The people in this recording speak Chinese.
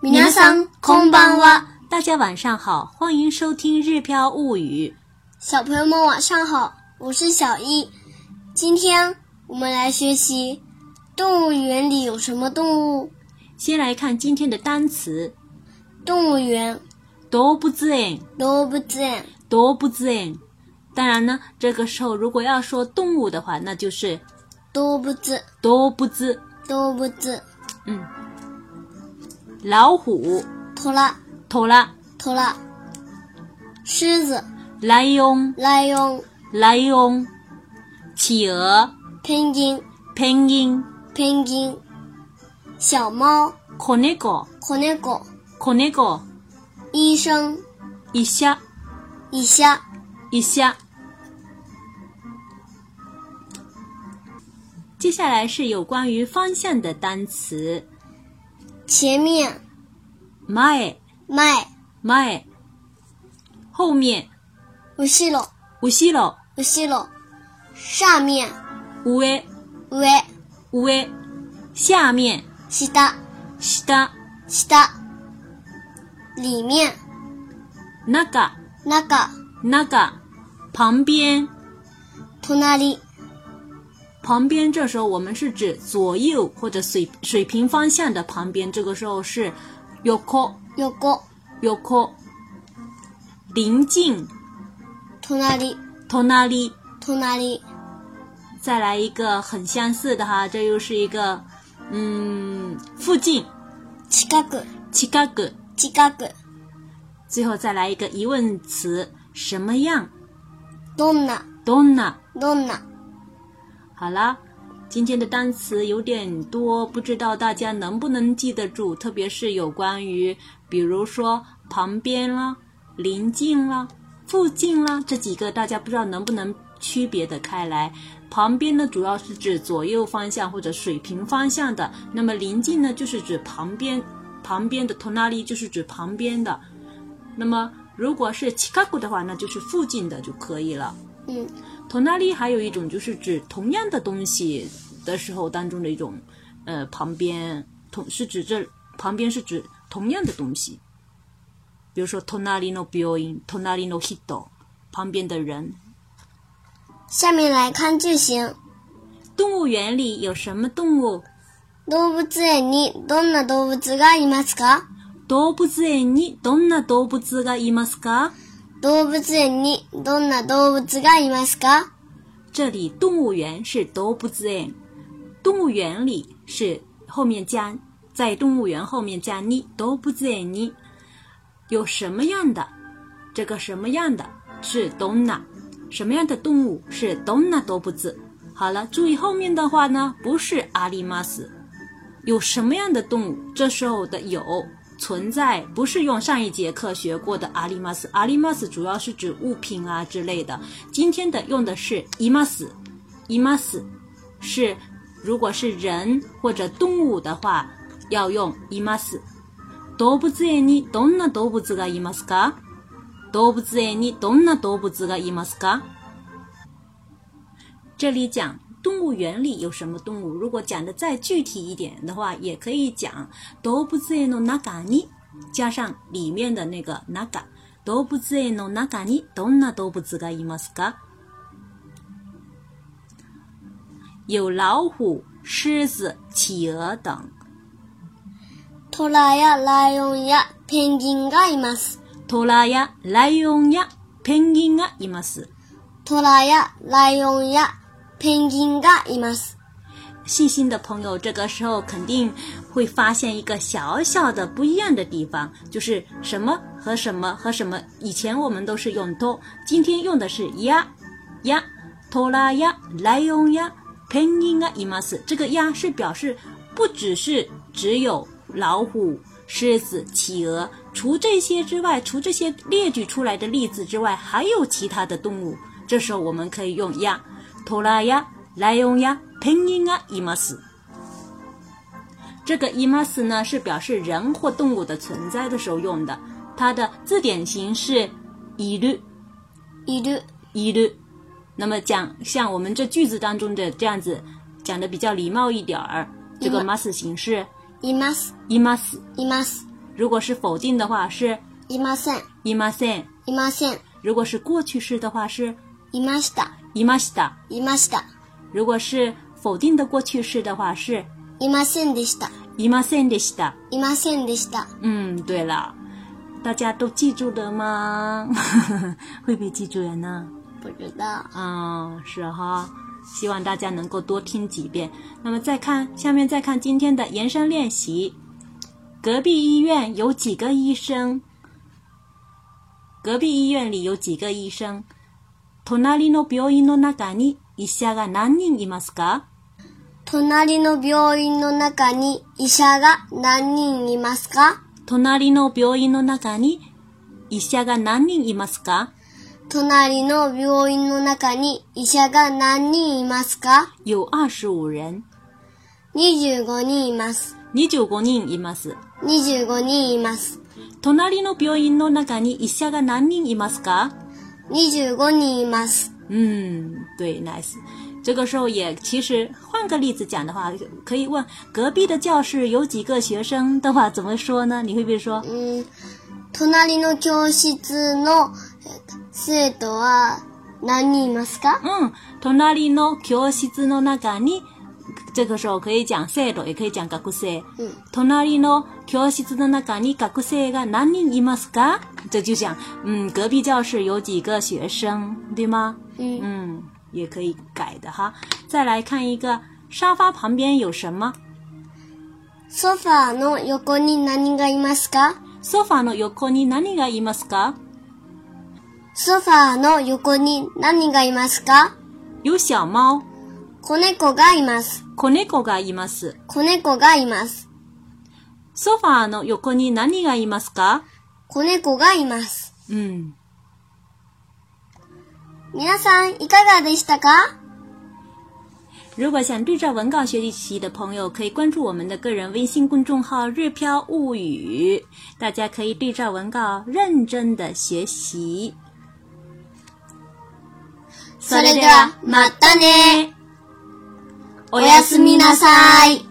皆さんこんばんは。大家晚上好，欢迎收听《日飘物语》。小朋友们晚上好，我是小易。今天我们来学习动物园里有什么动物。先来看今天的单词：动物园動物園、动物园動物園。当然呢，这个时候如果要说动物的话，那就是动物動物。动物园嗯，老虎、拖拉トラ、拖拉，狮子ライオン、 lion ライオン。企鹅、 penguin penguin、 penguin，小猫子猫、子猫，子猫。医生医者、医生。医者。接下来是有关于方向的单词：前面前、前前，后面、後ろ後ろ、後ろ上面上、上上、下面、下下、下里面中、中中、旁边、隣旁边。这时候我们是指左右或者水水平方向的旁边，这个时候是 yoko 横 yoko，临近隣 tonali。隣再来一个很相似的哈，这又是一个，嗯，附近近く近く，近く最后再来一个疑问词，什么样？どんなどんな？どんな好啦，今天的单词有点多，不知道大家能不能记得住，特别是有关于，比如说旁边啦、临近啦、附近啦这几个，大家不知道能不能区别的开来。旁边呢，主要是指左右方向或者水平方向的；那么临近呢，就是指旁边，旁边的 t o n a l i 就是指旁边的。那么如果是 Chicago 的话，那就是附近的就可以了。嗯同那里还有一种就是指同样的东西的时候当中的一种，呃，旁边同是指这旁边是指同样的东西，比如说同那里 no 病院，同那里 no hito，旁边的人。下面来看句型动物园里有什么动物？動物園にどんな動物がいますか動物園にどんな動物がいますか？動物園にどんな動物がいますか这里动物园是動物園，动物园里是后面加在动物园后面加に動物園に有什么样的？这个什么样的是どんな？什么样的动物是どんな動物？好了，注意后面的话呢，不是あります，有什么样的动物？这时候的有存在，不是用上一节课学过的阿里马斯。阿里马斯主要是指物品啊之类的。今天的用的是伊马斯，伊马斯是如果是人或者动物的话，要用伊马斯。動物園にどんな動物がいますか？動物園にどんな動物がいますか？这里讲动物园里有什么动物，如果讲的再具体一点的话，也可以讲動物園の中に加上里面的那个中。動物園の中にどんな動物がいますか？有老虎、狮子、企鹅等。トラやライオンやペンギンがいます。トラやライオンやペンギンがいます。トラやライオンやペンギンがいます。细心的朋友，这个时候肯定会发现一个小小的不一样的地方，就是什么和什么和什么。以前我们都是用 to，今天用的是呀呀，トラやライオンやペンギンがいます。这个呀是表示不只是只有老虎、狮子、企鹅，除这些之外，除这些列举出来的例子之外，还有其他的动物。这时候我们可以用呀。トラやライオンやペンギンがいます。这个います呢是表示人或动物的存在的时候用的，它的字典形式いるいる、いる。那么讲像我们这句子当中的这样子讲的比较礼貌一点儿，这个い mas 形式います、います。います。如果是否定的话是いません、いません，いません、如果是过去式的话是いました、いました，いました、如果是否定的过去式的话是いませんでした、いませんでした。いませんでした。嗯，对了，大家都记住了吗？ 会不会记住人呢？不知道，嗯，是哈，希望大家能够多听几遍。那么再看下面，再看今天的延伸练习。隔壁医院有几个医生？隔壁医院里有几个医生？隣の病院の中に医者が何人いますか？隣の病院の中に医者が何人いますか隣の病院の中に医者が何人いますか？隣の病院の中に医者が何人いますか有二十五人。 ?25 人います。 25人います。 25人います。隣の病院の中に医者が何人いますか25人います。嗯，对，nice。这个时候也其实换个例子讲的话，可以问隔壁的教室有几个学生的话怎么说呢？你会不会说うん、隣の教室のえー生徒は何人いますか嗯，隣の教室の中に，这个时候可以讲生徒，也可以讲学生。うん。隣の教室の中に学生が何人いますか？这就讲，嗯，隔壁教室有几个学生，对吗？うん。嗯，也可以改的哈。再来看一个，沙发旁边有什么？ソファーの横に何がいますかソファの横に何がいますか？ソファーの横に何がいますか有小猫、子猫がいます。子猫がいます。子猫がいます。ソファの横に何がいますか？子猫がいます。嗯，皆さん、いかがでしたか如果想对照文稿学习习的朋友，可以关注我们的个人微信公众号“日飘物语”，大家可以对照文稿认真的学习。それでは、またね。おやすみなさい。